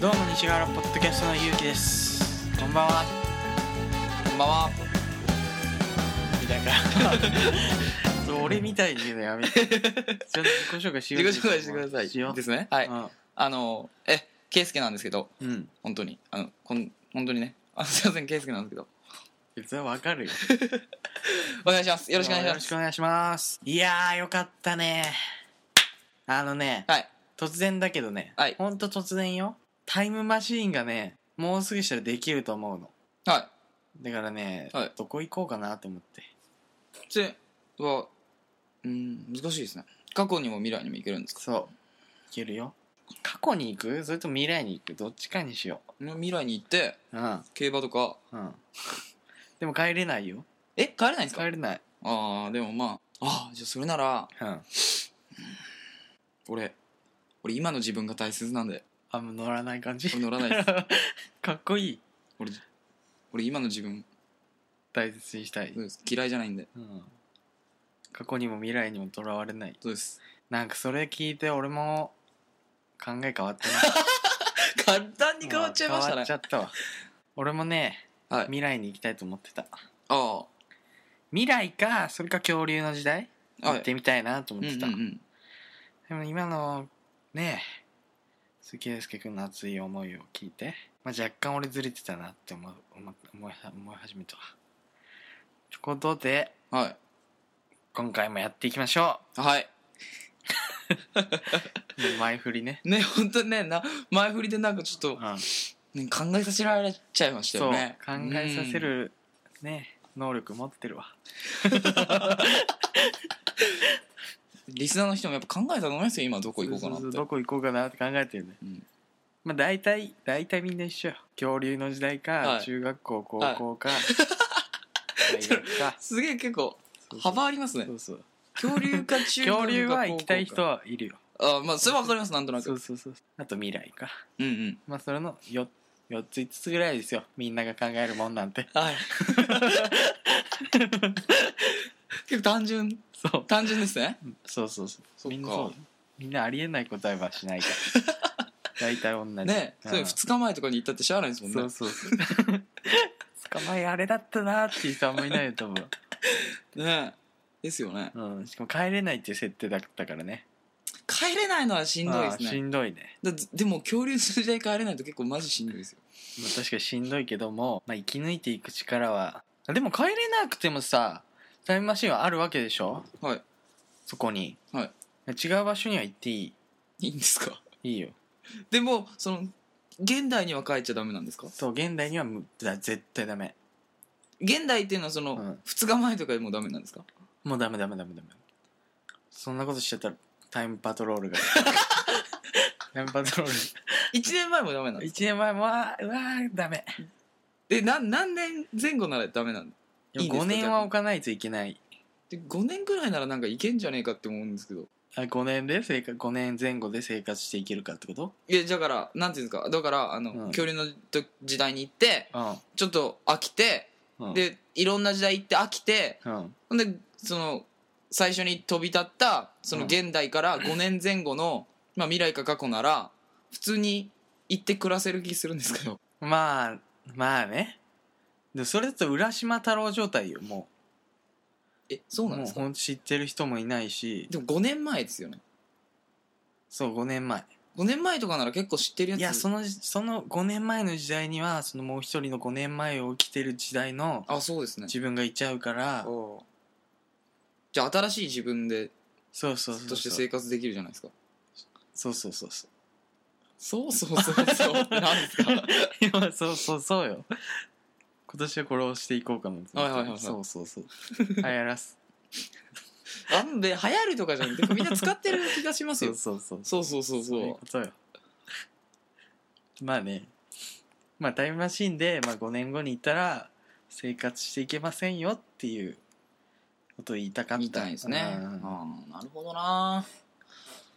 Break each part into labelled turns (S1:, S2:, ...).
S1: どうも西原ポッドキャストのゆうきですこんばんは
S2: こんばんは。
S1: みたいなそう俺みたいに言うのやめ てちゃんと自己紹介しよ
S2: 自
S1: う
S2: 己紹介してください。
S1: しよう
S2: ですね。はい。
S1: うん
S2: あの、え、ケイスケなんですけど、
S1: うん
S2: 本当に、あの、こん、本当にね。あ、すいません、ケイスケなんですけど。
S1: 別にわかるよ
S2: お願いします。よろしくお願いし
S1: よ
S2: ま
S1: ろし
S2: す。
S1: くお願いしますいやーよかったねあのね
S2: はい。
S1: 突然だけどね、
S2: はい
S1: ほんと突然よタイムマシーンがねもうすぐしたらできると思うの
S2: は
S1: だからね、
S2: はい
S1: どこ行こうかなと思って
S2: い。普通は、うん、難しいですね。過去にも未来にもいけるんですか
S1: そういけるよ過去に行くそれとも未来に行くどっちかにしよ
S2: 未来に行って、
S1: ううん
S2: 競馬とか、
S1: うんでも帰れないよ
S2: え、帰れないんです
S1: 帰
S2: か
S1: れない
S2: ああ、でもまあ、ああ、じゃあそれなら、
S1: うん
S2: 俺、俺今の自分が大切なんで、
S1: あもう乗らない感じ
S2: 俺乗らない です。
S1: かっこいい
S2: 俺、俺今の自分、
S1: 大切にしたい、
S2: そうです嫌いじゃないんで、
S1: うん、過去にも未来にもとらわれない
S2: そうです。
S1: なんかそれ聞いて俺も考え変わったな
S2: 簡単 に変わっちゃいました
S1: 変わ
S2: ね
S1: っち。ゃったわ俺もね、
S2: はい
S1: 未来に行きたいと思ってた
S2: あ
S1: 未来かそれか恐竜の時代
S2: あ、は
S1: 行っ
S2: い。
S1: てみたいなと思ってた、
S2: うんうんうん、
S1: でも今のねえ鈴木亮介君の熱い思いを聞いて、まあ、若干俺ずれてたなって思う思思い思い始めたわということで
S2: はい。
S1: 今回もやっていきましょ
S2: はい。
S1: う前振りね、
S2: ね、本当にね、な、前振りでなんかちょっ
S1: う
S2: と、
S1: ん、
S2: ね考えさせられちゃいました
S1: そう
S2: よ
S1: 考
S2: ね。
S1: えさせるね能力持ってるわ
S2: うん。リスナーの人もやっぱ考えたと思いますよ、今どこ行こうかなって。
S1: そうそうそうどこ行こうかなって考えてるね、
S2: うん
S1: まあ大体大体みんな一緒よ恐竜の時代か、
S2: はい
S1: 中学校高校か、大学か
S2: すげえ結構、
S1: そうそう
S2: 幅ありますね
S1: そ。うそう
S2: 恐竜か中
S1: 恐竜は
S2: 高
S1: 行
S2: 校か
S1: きたい人。はいるよ
S2: ああ、まあ、それはわかります、なんとなく。
S1: そううそうそうあと未来か
S2: んうん。
S1: まあそれの 4, 4つ5つぐらいですよみんなが考えるもんなんて
S2: はい。 結構単純、
S1: そう
S2: 単純ですね。
S1: そうそうそう
S2: そ
S1: み
S2: っか
S1: んなそうみんなありえない答えはしないから 大体同じ
S2: ね、
S1: うん
S2: それ2日前とかに行ったってしゃあないですもん
S1: そ
S2: ね
S1: う。そうそう 捕まえあれだったなっていう人あんまいないよ多分、
S2: ねですよね。
S1: うん、しかも帰れないっていう設定だったからね
S2: 帰れないのはしんどいです
S1: ああし
S2: ね
S1: んどいね、
S2: だでも恐竜の時代帰れないと結構マジしんどいですよ
S1: まあ、確かにしんどいけども、まあ、生き抜いていく力はあでも帰れなくてもさタイムマシンはあるわけでしょ
S2: はい
S1: そこに、
S2: は
S1: 違う場所には行っていい
S2: いいんですか
S1: いいよ
S2: でもその現代には帰っちゃダメなんですか
S1: そう現代にはむだ絶対ダメ
S2: 現代っていうのはその、
S1: うん
S2: 2日前とかでもダメなんですか
S1: もうダメダメダメダメそんなことしてたらタイムパトロール がタイムパトロー
S2: 1年前もダメなん
S1: ル
S2: です
S1: 1年前もあうわーダメ
S2: でな何年前後ならダメなんいいんですか
S1: 5年は置かないといけない
S2: で5年ぐらいならなんかいけんじゃねえかって思うんですけど
S1: あ5年で生活5年前後で生活していけるかってこと
S2: いやだからなんていうんですかだからあの、
S1: うん
S2: 恐竜の時時代に行って
S1: う
S2: ちょっと飽きて、
S1: ん、うん、
S2: でいろんな時代行って飽きて
S1: うん
S2: ほんでその最初に飛び立ったその
S1: うん
S2: 現代から5年前後の、まあ、未来か過去なら普通に行って暮らせる気するんですけど
S1: まあまあねでそれだと浦島太郎状態よも
S2: えそううなん
S1: もう
S2: ですか
S1: ほんと知ってる人もいないし
S2: でも5年前ですよね
S1: そう5年前
S2: 5年前とかなら結構知ってるやつ
S1: いやそのその5年前の時代にはそのもう一人の5年前を生きてる時代の
S2: あそうですね
S1: 自分がいちゃうから
S2: ああじゃあ新しい自分で
S1: そうそう
S2: ずっ
S1: そう
S2: として
S1: そう
S2: 生活できるじゃないですか
S1: そうそうそうそう
S2: そうそうそう そうって何ですか
S1: いやそうそうそうよ今年はこれをしていこうかな
S2: はいはいはいはい
S1: そうそうそう流行らす
S2: あんで流行るとかじゃなくてみんな使ってる気がします
S1: そう
S2: よ
S1: そうそう
S2: そうそうそう
S1: そういう
S2: そ
S1: ことよまあねまあタイムマシンで、まあ、5年後に行ったら生活していけませんよっていうことを言いたかっ
S2: う
S1: た
S2: みたいですね
S1: う
S2: あ
S1: んま
S2: あなるほどな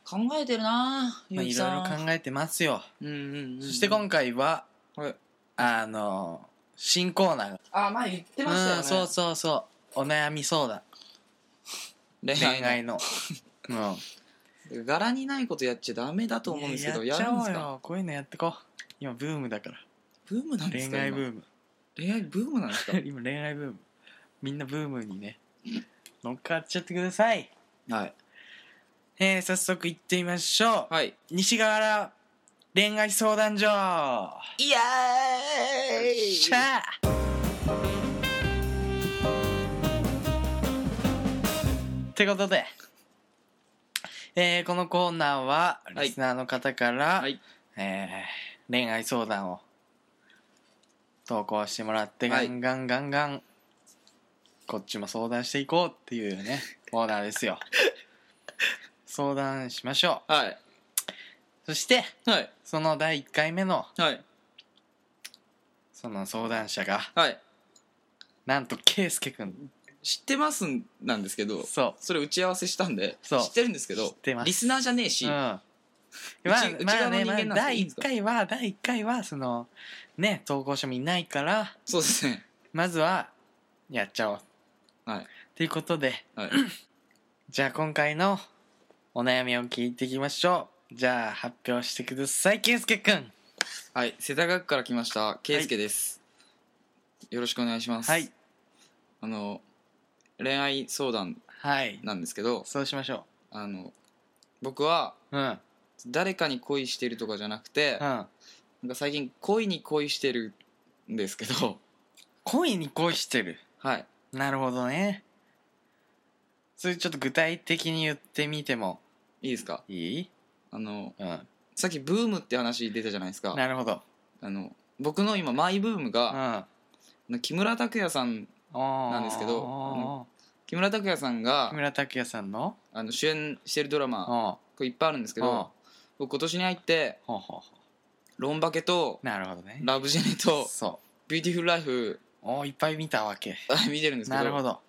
S2: 考えてるな
S1: あ
S2: ゆう
S1: い
S2: きさん
S1: ろいろ考えてますよ、
S2: うんうんうん、
S1: そして今回は、
S2: はい
S1: あの新コーナーが
S2: あ前言って
S1: うんそうそうそうお悩み相談
S2: 恋愛
S1: 恋
S2: の
S1: 愛 のうん
S2: 柄にないことやっちゃダメだと思うんですけど
S1: いややっちゃ
S2: るん
S1: お
S2: で
S1: う
S2: すか
S1: よこういうのやってこう今ブームだから
S2: ブームなんですか
S1: 恋愛
S2: 今
S1: ブーム
S2: 恋愛ブームなんです か
S1: 今恋愛ブームみんなブームにね乗っかっちゃってください
S2: はい
S1: えー、早速行ってみましょう
S2: はい
S1: 西河原恋愛相談所よ
S2: イエー
S1: っしゃってことで、えーこのコーナーは
S2: はい
S1: リスナーの方から、
S2: はい
S1: えー恋愛相談を投稿してもらって、
S2: はい
S1: ガンガンガンガンこっちも相談していこうっていう ねコーナーですよ相談しましょ
S2: はい。
S1: うそして
S2: はい。
S1: その第1回目の
S2: はい。
S1: その相談者が
S2: はい。
S1: なんと圭佑君
S2: 知ってますんなんですけど、
S1: そう
S2: それ打ち合わせしたんで、知
S1: そう
S2: ってるんですけど
S1: 知ってま、す
S2: リスナーじゃねえし、
S1: うん、
S2: は
S1: まあ
S2: うちうち
S1: まあ
S2: 側の
S1: ね、
S2: 人
S1: ま
S2: 間なん
S1: あ、
S2: ですよ
S1: 第
S2: いいんです
S1: 1
S2: か
S1: 回は第1回はそのね投稿者もいないから
S2: そうですね。
S1: まずはやっちゃおう
S2: はい。
S1: ということで
S2: はい。
S1: じゃあ今回のお悩みを聞いていきましょうじゃあ発表してください圭佑君
S2: はい。世田谷区から来ました、圭介です。よろしくお願いします。
S1: はい。
S2: あの、恋愛相談
S1: はい
S2: なんですけど、
S1: そうしましょ
S2: あの、僕は、
S1: ううん
S2: 誰かに恋してるとかじゃなくて、
S1: うん
S2: なんか最近恋に恋してるんですけど、
S1: 恋に恋してる
S2: はい。
S1: なるほどねそれちょっと具体的に言ってみても
S2: いいですか
S1: いい
S2: あの、
S1: うん
S2: さっきブームって話出たじゃないですか。
S1: なるほど
S2: あの、僕の今マイブーム
S1: う
S2: が、
S1: ん
S2: 木村拓哉さん
S1: な
S2: なんですけどあの木村拓哉さん
S1: 木
S2: が
S1: 村拓哉さんの
S2: あの主演してるドラマ
S1: あ
S2: これいっぱいあるんですけ
S1: うん
S2: ど僕今年に入って
S1: ほうほうほ
S2: 「ロンバケ」と
S1: うなるほど
S2: 「
S1: ね
S2: ラブジェネ」と
S1: そ
S2: 「ビューティフルライフ
S1: うおーいっぱい見たわけ」
S2: あ見てるんですけ
S1: なるほ
S2: ど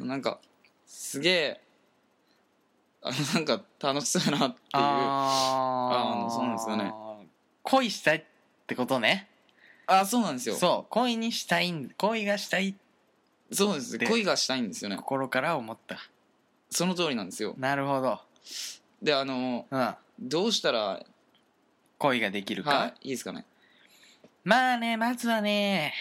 S1: ど
S2: なんかすげえあのなんか楽しそうやなっていうあ
S1: あ
S2: あーそうなんですよね
S1: 恋したいってことね
S2: そうなんですよそ
S1: そう恋にしたいん恋がしたいって
S2: うです
S1: で
S2: 恋がしたいんですよね
S1: 心から思った
S2: その通りなんですよ
S1: なるほど
S2: であの
S1: うん
S2: どうしたら、
S1: 恋ができるか、
S2: はい、いいですかね
S1: まあねまずはね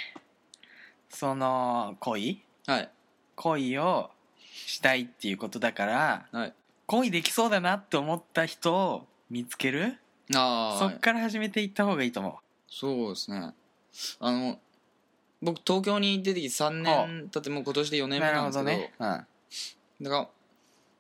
S1: その恋
S2: はい
S1: 恋をしたいっていうことだから
S2: はい
S1: 恋できそうだなって思った人を見つける
S2: ああ
S1: そっから始めていった方がいいと思
S2: そうですねあの僕東京に出てきて3年経ってもう今年で4
S1: う
S2: 年目
S1: なる
S2: なん
S1: ほ
S2: ですけ
S1: ど
S2: ど
S1: ね、うん、
S2: だから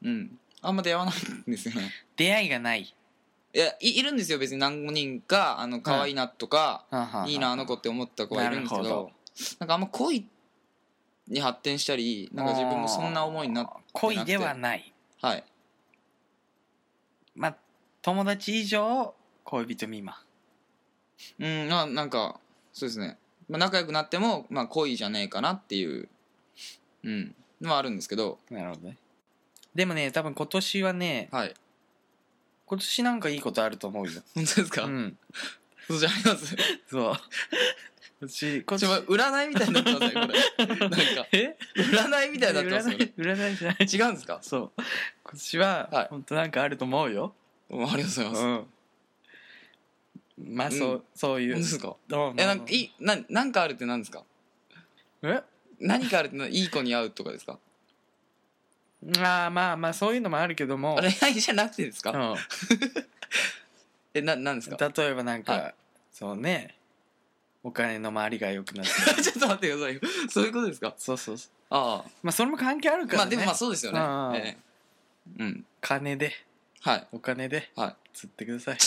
S2: うんあんま出会わないんですよね
S1: 出会いがない
S2: いやいいるんですよ別に何人かあの可愛いなとか、いいなあの子って思った子はいるんですけど
S1: な
S2: な
S1: るほど
S2: んかあんま恋に発展したりなんか自分もそんな思いになっ
S1: 恋ではない
S2: はい
S1: まあ友達以上恋人未満
S2: うんまあなんかそうですね、まあ、仲良くなっても、まあ、恋じゃねえかなっていううんのはあるんですけど
S1: なるほどねでもね多分今年はね
S2: はい
S1: 今年なんかいいことあると思うよ
S2: 本当ですか、
S1: うん
S2: そうじゃあり ます
S1: そう今年今
S2: ちょ、占いみたいになってますね、こ れ。なんか、
S1: え
S2: 占いみたいになってます よ
S1: 占い占いじゃない
S2: 違うんですか
S1: そう今年は、
S2: はい
S1: 本当なんかあると思うよ
S2: うんありがとうございます。本
S1: んまあそう、
S2: う
S1: そうい
S2: 当
S1: う
S2: ですか
S1: どうも
S2: え、なんか、い、な、なんかあるって何ですか
S1: え
S2: 何かあるってな、いい子に会うとかですか
S1: まあまあまあそういうのもあるけども
S2: あ恋愛じゃなくてです
S1: う
S2: か
S1: ん
S2: え、な、何ですかちょ
S1: 例えばなんか、
S2: は
S1: そうねお金の回りが良く なって
S2: っと待ってくださいよ。そういうことですか
S1: そうそうそう
S2: ああ。
S1: まあそれも関係あるか
S2: ま
S1: ら
S2: あ、
S1: ね、
S2: でもまあそうですよね
S1: うんうん。
S2: ええうん。
S1: 金で
S2: はい。
S1: お金で
S2: はい。
S1: 釣ってください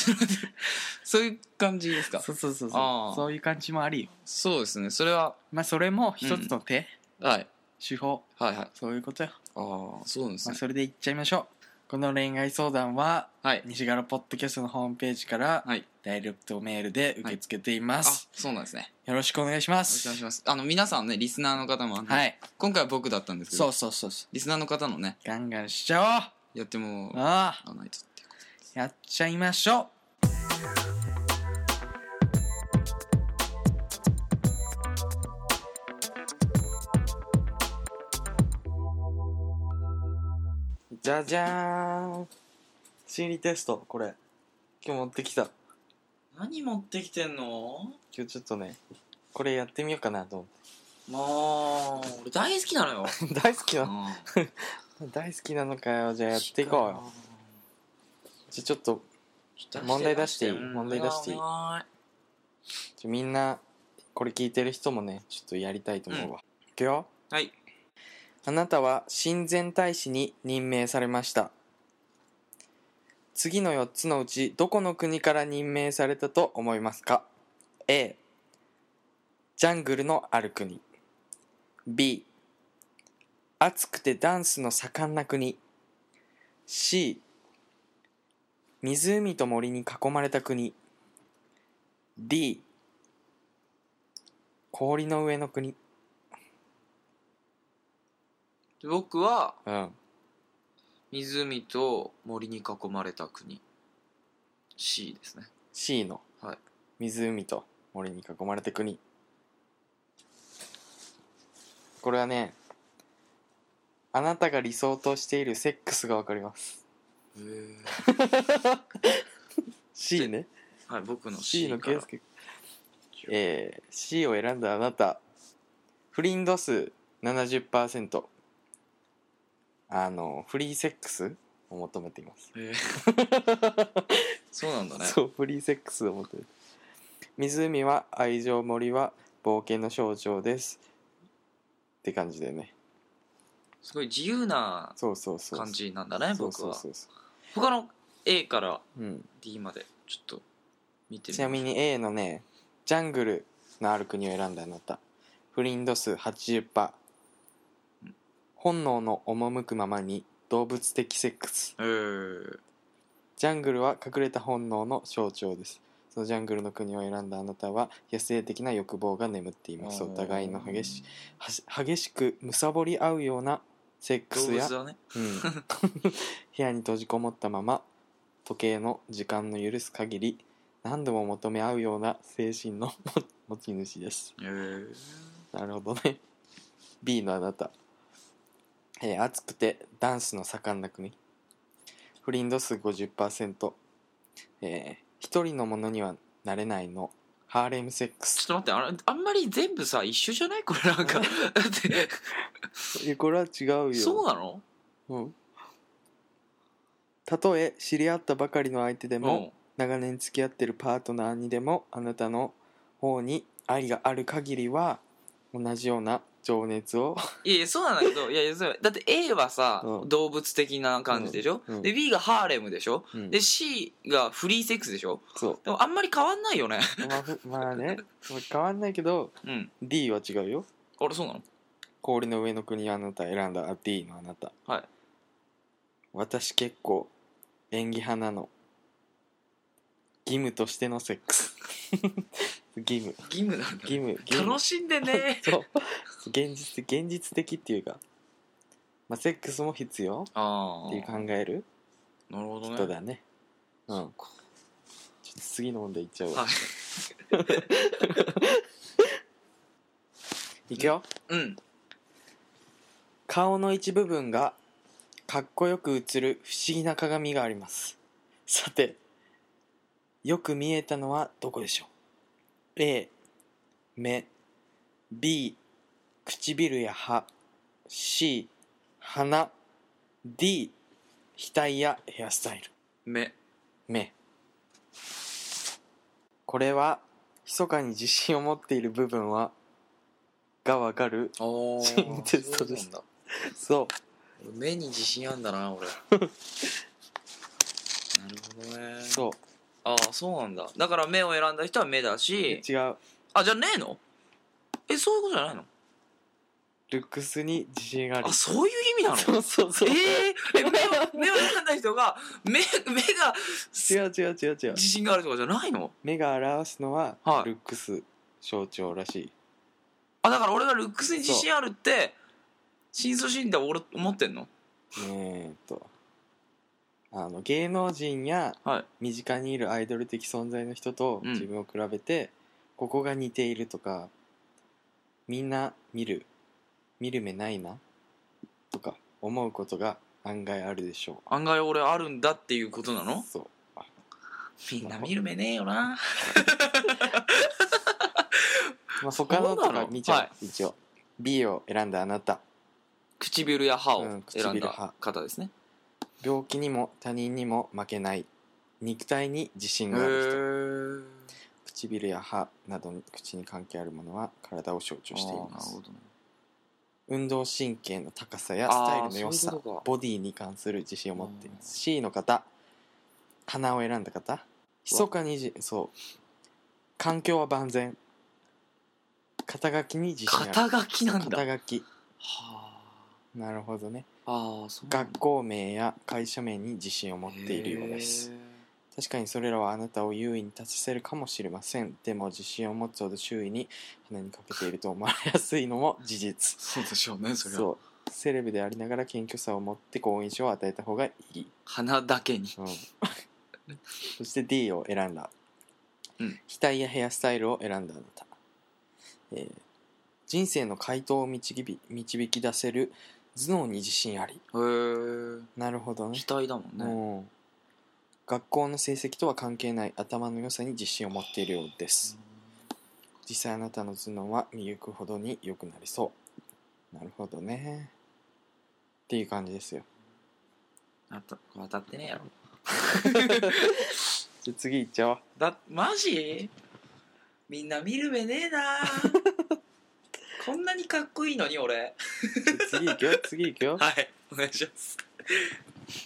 S2: そういう感じです か
S1: そうそうそうそ
S2: あ
S1: う
S2: ー
S1: そういう感じもありよ
S2: そうですね。それは、
S1: まあそれも一つの手、
S2: はい。
S1: 手法
S2: はいはい。
S1: そういうことよ、
S2: ああ、そうなんです
S1: まあ、
S2: ね。
S1: それでいっちゃいましょうこの恋愛相談は
S2: はい。
S1: 西柄ポッドキャストのホームページから
S2: はい。
S1: ダイレクトメールで受け付けてい
S2: あ、
S1: ます、
S2: そうなんですね。
S1: よろしくお願いしま
S2: よろしくお願い
S1: す
S2: します。あの、皆さんね、リスナーの方も、あの
S1: はい
S2: 今回は僕だったんですけど、
S1: うそうそうそう
S2: リスナーの方のね、
S1: ガンガンしちゃ
S2: やっても
S1: おうああ
S2: らわないとっていうこ
S1: やっちゃいましょうじゃじゃーん心理テストこれ今日持ってきた
S2: 何持ってきてんの
S1: 今日ちょっとねこれやってみようかなと思っ
S2: もう俺大好きなのよ、
S1: て 大好き
S2: う、
S1: なん大好きなのかよじゃあやっていこうよじゃあちょっと
S2: よ
S1: 問題出していい問題出していいちょみんなこれ聞いてる人もねちょっとやりたいと思うわ、いくよ
S2: はい
S1: あなたは親善大使に任命されました次の4つのうちどこの国から任命されたと思いますか A ジャングルのある国 B 暑くてダンスの盛んな国 C 湖と森に囲まれた国 D 氷の上の国
S2: 僕は
S1: うん
S2: 湖と森に囲まれた国 C ですね
S1: C の、
S2: はい
S1: 湖と森に囲まれた国これはねあなたが理想としているセックスがわかります
S2: へえ
S1: C ね
S2: はい僕の
S1: C
S2: C
S1: の
S2: か
S1: 圭
S2: ら
S1: 介えー、C を選んだあなた不倫度数70%あのフリーセックスを求めています
S2: へえ そうなんだね
S1: そうフリーセックスを持ってる湖は愛情森は冒険の象徴ですって感じでね
S2: すごい自由な
S1: そうそうそう
S2: 感じなんだね
S1: そう
S2: 僕
S1: そう
S2: は
S1: そうそ
S2: 他の A から
S1: う、うん、
S2: D までちょっと見てみましょう
S1: ちなみに A のねジャングルのある国を選んだあなた不倫度数80%本能の赴くままに動物的セックス
S2: へえ
S1: ジャングルは隠れた本能の象徴です。そのジャングルの国を選んだあなたは野生的な欲望が眠っています。お互いの激しはし激しく貪り合うようなセック
S2: 動
S1: スや、
S2: 物だね
S1: うん 部屋に閉じこもったまま時計の時間の許す限り何度も求め合うような精神の 持ち主です。
S2: へえ
S1: なるほどね。B のあなた。えー暑くてダンスの盛んな国。不倫度数50%。えー一人のものにはなれないの。ハーレムセック
S2: ちょっ
S1: ス。
S2: と待ってあれあんまり全部さ一緒じゃないこれ なんかだっ
S1: いやこれは違うよ。
S2: て そうなの
S1: うんたとえ知り合ったばかりの相手でも、
S2: うん
S1: 長年付き合ってるパートナーにでもあなたの方に愛がある限りは同じような情熱を
S2: いやいやそうなんだけどいやいやそうだって A はさ、
S1: うん
S2: 動物的な感じでしょ、
S1: うんうん
S2: で B がハーレムでしょ、
S1: うん
S2: で C がフリーセックスでしょ
S1: そう
S2: でもあんまり変わんないよね
S1: まあふ、まあね、まあ変わんないけど、
S2: うん
S1: D は違うよ。
S2: あれそうなの
S1: 氷の上の国あなた選んだあ D のあなた。
S2: はい
S1: 私結構演技派なの。義務としてのセックス。 義務、
S2: 義務なんだ
S1: 義務、義務
S2: 楽。しん でね
S1: そう。現実、現実的っていうか、まあ、セックスも必要
S2: あ
S1: っ
S2: あ
S1: ていう考える
S2: なるほどね
S1: 人だね。うん。ちょっ
S2: か
S1: と次の問題いっちゃおう。
S2: はい
S1: いくよ。
S2: うん
S1: 顔の一部分がかっこよく映る不思議な鏡がありますさてよく見えたのはどこでしょう A 目 B 唇や歯 C 鼻 D 額やヘアスタイル
S2: 目
S1: 目これは密かに自信を持っている部分はがわかる
S2: お
S1: 心理テストです
S2: だ
S1: そう
S2: 俺目に自信あんだ な俺なるほどね
S1: そ
S2: ああそうなんだだから目を選んだ人は目だ
S1: う
S2: し
S1: 違う
S2: あじゃねえのえそういうことじゃないの
S1: ルックスに自信がある
S2: あそういう意味なの
S1: そうそうそう
S2: えー、え目を目を選んだ人が目目が
S1: 違う違う違う違う
S2: 自信があるとかじゃないの
S1: 目が表すのは
S2: はい
S1: ルックス象徴らしい、
S2: あだから俺がルックスに自信あるって真相心理で俺思ってんの
S1: えーっとあの芸能人や
S2: はい
S1: 身近にいるアイドル的存在の人と
S2: うん
S1: 自分を比べて、ここが似ているとかみんな見る見る目ないなとか思うことが案外あるでしょ
S2: 案外俺あるんだっていうことな
S1: う
S2: の
S1: そう
S2: みんな見る目ねえよな
S1: まあ、他のとか見ちゃう、
S2: は
S1: 一応 B を選んだあなた
S2: 唇や歯
S1: う
S2: を
S1: ん
S2: 選ん
S1: 唇
S2: だ
S1: 歯
S2: 方ですね、
S1: 病気にも他人にも負けない肉体に自信
S2: へ
S1: がある人
S2: ー
S1: 唇や歯などに口に関係あるものは体を象徴してい
S2: あーな
S1: ま
S2: る
S1: す
S2: ほどね
S1: 運動神経の高さやスタイルの良
S2: あー
S1: さ
S2: そういうことか
S1: ボディに関する自信を持っていま
S2: う
S1: す C の方鼻を選んだ方密かにじそう環境は万全肩書きに自信ある
S2: 肩書きなんだは
S1: 肩書き
S2: あ
S1: なるほどね
S2: ああそうなんだ
S1: 学校名や会社名に自信を持っているようです
S2: へー
S1: 確かにそれらはあなたを優位に立ちせるかもしれませんでも自信を持つほど周囲に鼻にかけていると思われやすいのも事実
S2: そうでしょうねそれは
S1: そうセレブでありながら謙虚さを持って好印象を与えた方がいい、
S2: 鼻だけに
S1: うんそして D を選んだ、
S2: うん
S1: 額やヘアスタイルを選んだあなた、えー人生の回答を導き導き出せる頭脳に自信あり
S2: へえ
S1: なるほどね
S2: 額だもんね、
S1: うん学校の成績とは関係ない頭の良さに自信を持っているようです実際あなたの頭脳は見ゆくほどに良くなりそうなるほどねっていう感じですよ
S2: あた当たってねえやろ
S1: じゃあ次行っちゃおう
S2: だマジみんな見る目ねえ なこんなにかっこいいのに俺
S1: じゃあ次行くよ次行くよ
S2: はいお願いします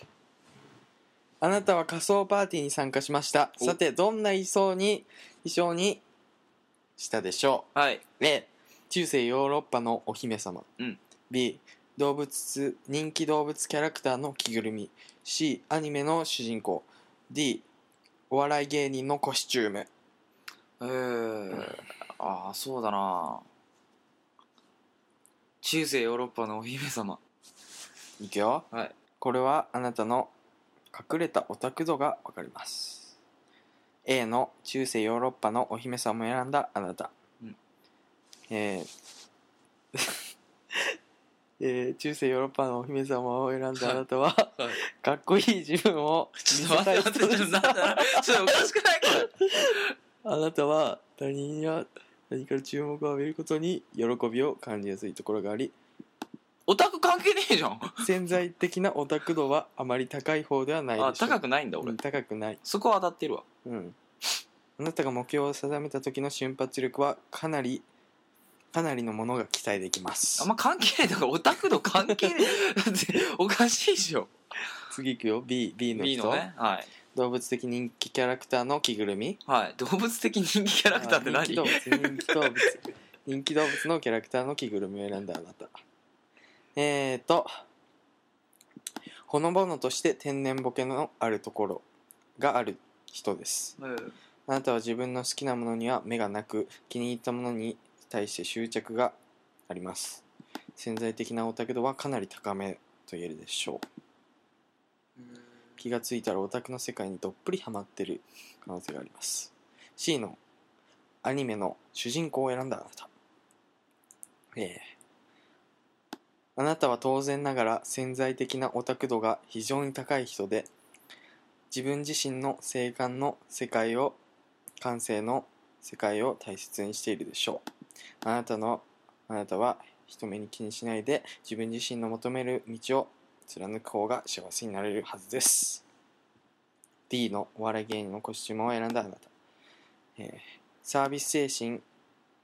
S1: あなたは仮装パーティーに参加しました
S2: お
S1: さてどんな衣装に衣装にしたでしょ
S2: はい、
S1: う A 中世ヨーロッパのお姫様、
S2: うん
S1: B 動物人気動物キャラクターの着ぐるみ C アニメの主人公 D お笑い芸人のコスチューム
S2: えー、ああそうだな中世ヨーロッパのお姫様
S1: いくよ、
S2: はい
S1: これはあなたの隠れたオタク度がわかります A の中世ヨーロッパのお姫様を選んだあなた、
S2: うん
S1: えー えー中世ヨーロッパのお姫様を選んだあなたは、
S2: はい
S1: かっこいい自分を見
S2: ち
S1: せ
S2: ょっと待
S1: たい
S2: って待ってちょっとなんだちょっとおかしくないこれ
S1: あなたは他人や何から注目を浴びることに喜びを感じやすいところがあ り
S2: オタク関係ねえじゃん
S1: 潜在的なオタク度はあまり高い方ではないでしょう
S2: あ高くないんだ俺、
S1: うん高くない
S2: そこは当たってるわ
S1: うんあなたが目標を定めた時の瞬発力はかなりかなりのものが期待できます
S2: あんま関係ねえだからオタク度関係ねえだっておかしいでしょ
S1: 次いくよ B, B の人
S2: B のねはい
S1: 動物的人気キャラクターの着ぐるみ
S2: はい動物的人気キャラクターって
S1: あ人気
S2: 何
S1: 動物人気動物人気動物のキャラクターの着ぐるみを選んだあなたえーとほのぼのとして天然ボケのあるところがある人です
S2: うん
S1: あなたは自分の好きなものには目がなく気に入ったものに対して執着があります潜在的なオタク度はかなり高めと言えるでしょう気がついたらオタクの世界にどっぷりハマってる可能性があります C のアニメの主人公を選んだあなたええあなたは当然ながら潜在的なオタク度が非常に高い人で自分自身の性感の世界を感性の世界を大切にしているでしょうあなたのあなたは人目に気にしないで自分自身の求める道を貫く方が幸せになれるはずです D のお笑い芸人のコスチュームを選んだあなた、えーサービス精神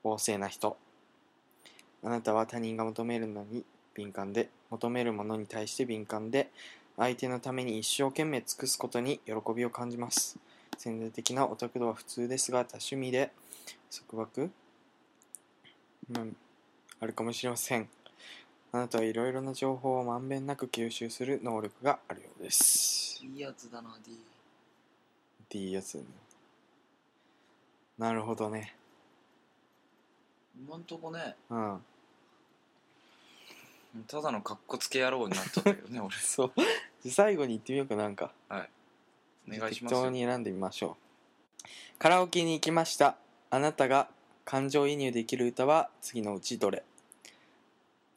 S1: 旺盛な人あなたは他人が求めるのに敏感で求めるものに対して敏感で相手のために一生懸命尽くすことに喜びを感じます潜在的なオタク度は普通ですが多趣味で束縛うんあるかもしれませんあなたはいろいろな情報をまんべんなく吸収する能力があるようです。
S2: いいやつだな D
S1: っていうやつだね。なるほどね。
S2: 今んとこね
S1: うん。
S2: ただのかっこつけ野郎になっちゃったけど ね俺
S1: そう。じゃあ最後に言ってみようかなんか。
S2: お願いします
S1: 適当
S2: よ
S1: に選んでみましょう。カラオケに行きました。あなたが感情移入できる歌は次のうちどれ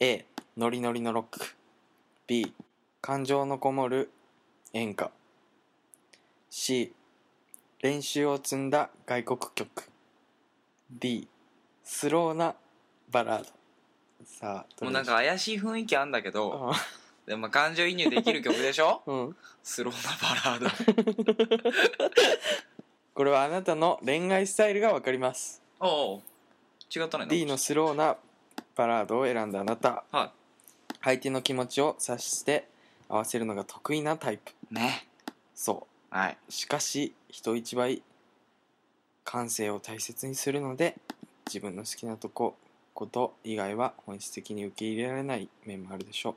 S1: ?A、ノリノリのロック。B、感情のこもる演歌。C、練習を積んだ外国曲 D スローなバラードさあど
S2: も
S1: れ
S2: う
S1: で
S2: なんか怪しい雰囲気あんだけ
S1: し
S2: ど
S1: ょ
S2: でもまあ感情移入できる曲でし ょ
S1: ううん
S2: スローなバラー
S1: これはあなたの恋愛スタイルがわかります
S2: ド おうおう違ったね
S1: D のスローなバラードを選んだあなた
S2: は
S1: 相手の気持ちを察して合わせるのが得意なタイプ
S2: いね
S1: そ
S2: はいう
S1: しかし人一倍感性を大切にするので自分の好きなとここと以外は本質的に受け入れられない面もあるでしょう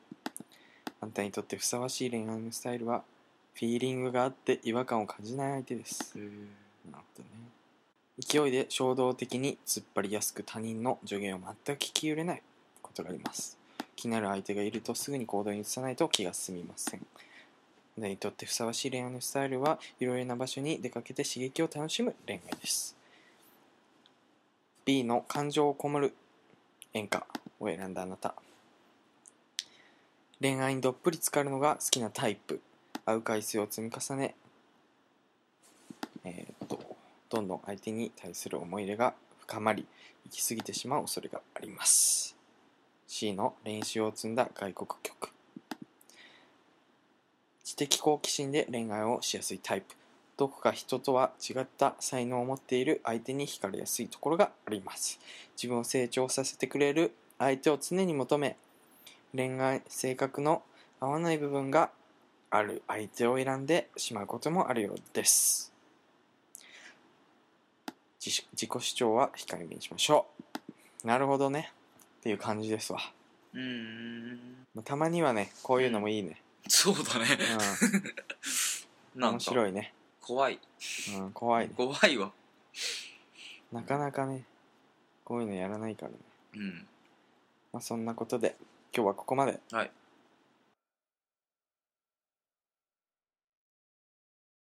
S1: あなたにとってふさわしい恋愛のスタイルはフィーリングがあって違和感を感じない相手ですなるほどね勢いで衝動的に突っ張りやすく他人の助言を全く聞き入れないことがあります気になる相手がいるとすぐに行動に移さないと気が進みませんあなたにとってふさわしい恋愛のスタイルはいろいろな場所に出かけて刺激を楽しむ恋愛です B の感情をこもる演歌を選んだあなた恋愛にどっぷり浸かるのが好きなタイプ会う回数を積み重ねえーっとどんどん相手に対する思い入れが深まり行き過ぎてしまう恐れがあります C の練習を積んだ外国曲知的好奇心で恋愛をしやすいタイプどこか人とは違った才能を持っている相手に惹かれやすいところがあります自分を成長させてくれる相手を常に求め恋愛性格の合わない部分がある相手を選んでしまうこともあるようです自主自己主張は控えめにしましょうなるほどねっていう感じですわ、
S2: うーん
S1: まあたまにはねこういうのもいいね、
S2: そうだね
S1: う、
S2: なんんか
S1: 面白いね、
S2: 怖い
S1: うん、怖いね
S2: 怖いわ
S1: なかなかねこういうのやらないからね、
S2: うん
S1: まあ、そんなことで今日はここまで
S2: はい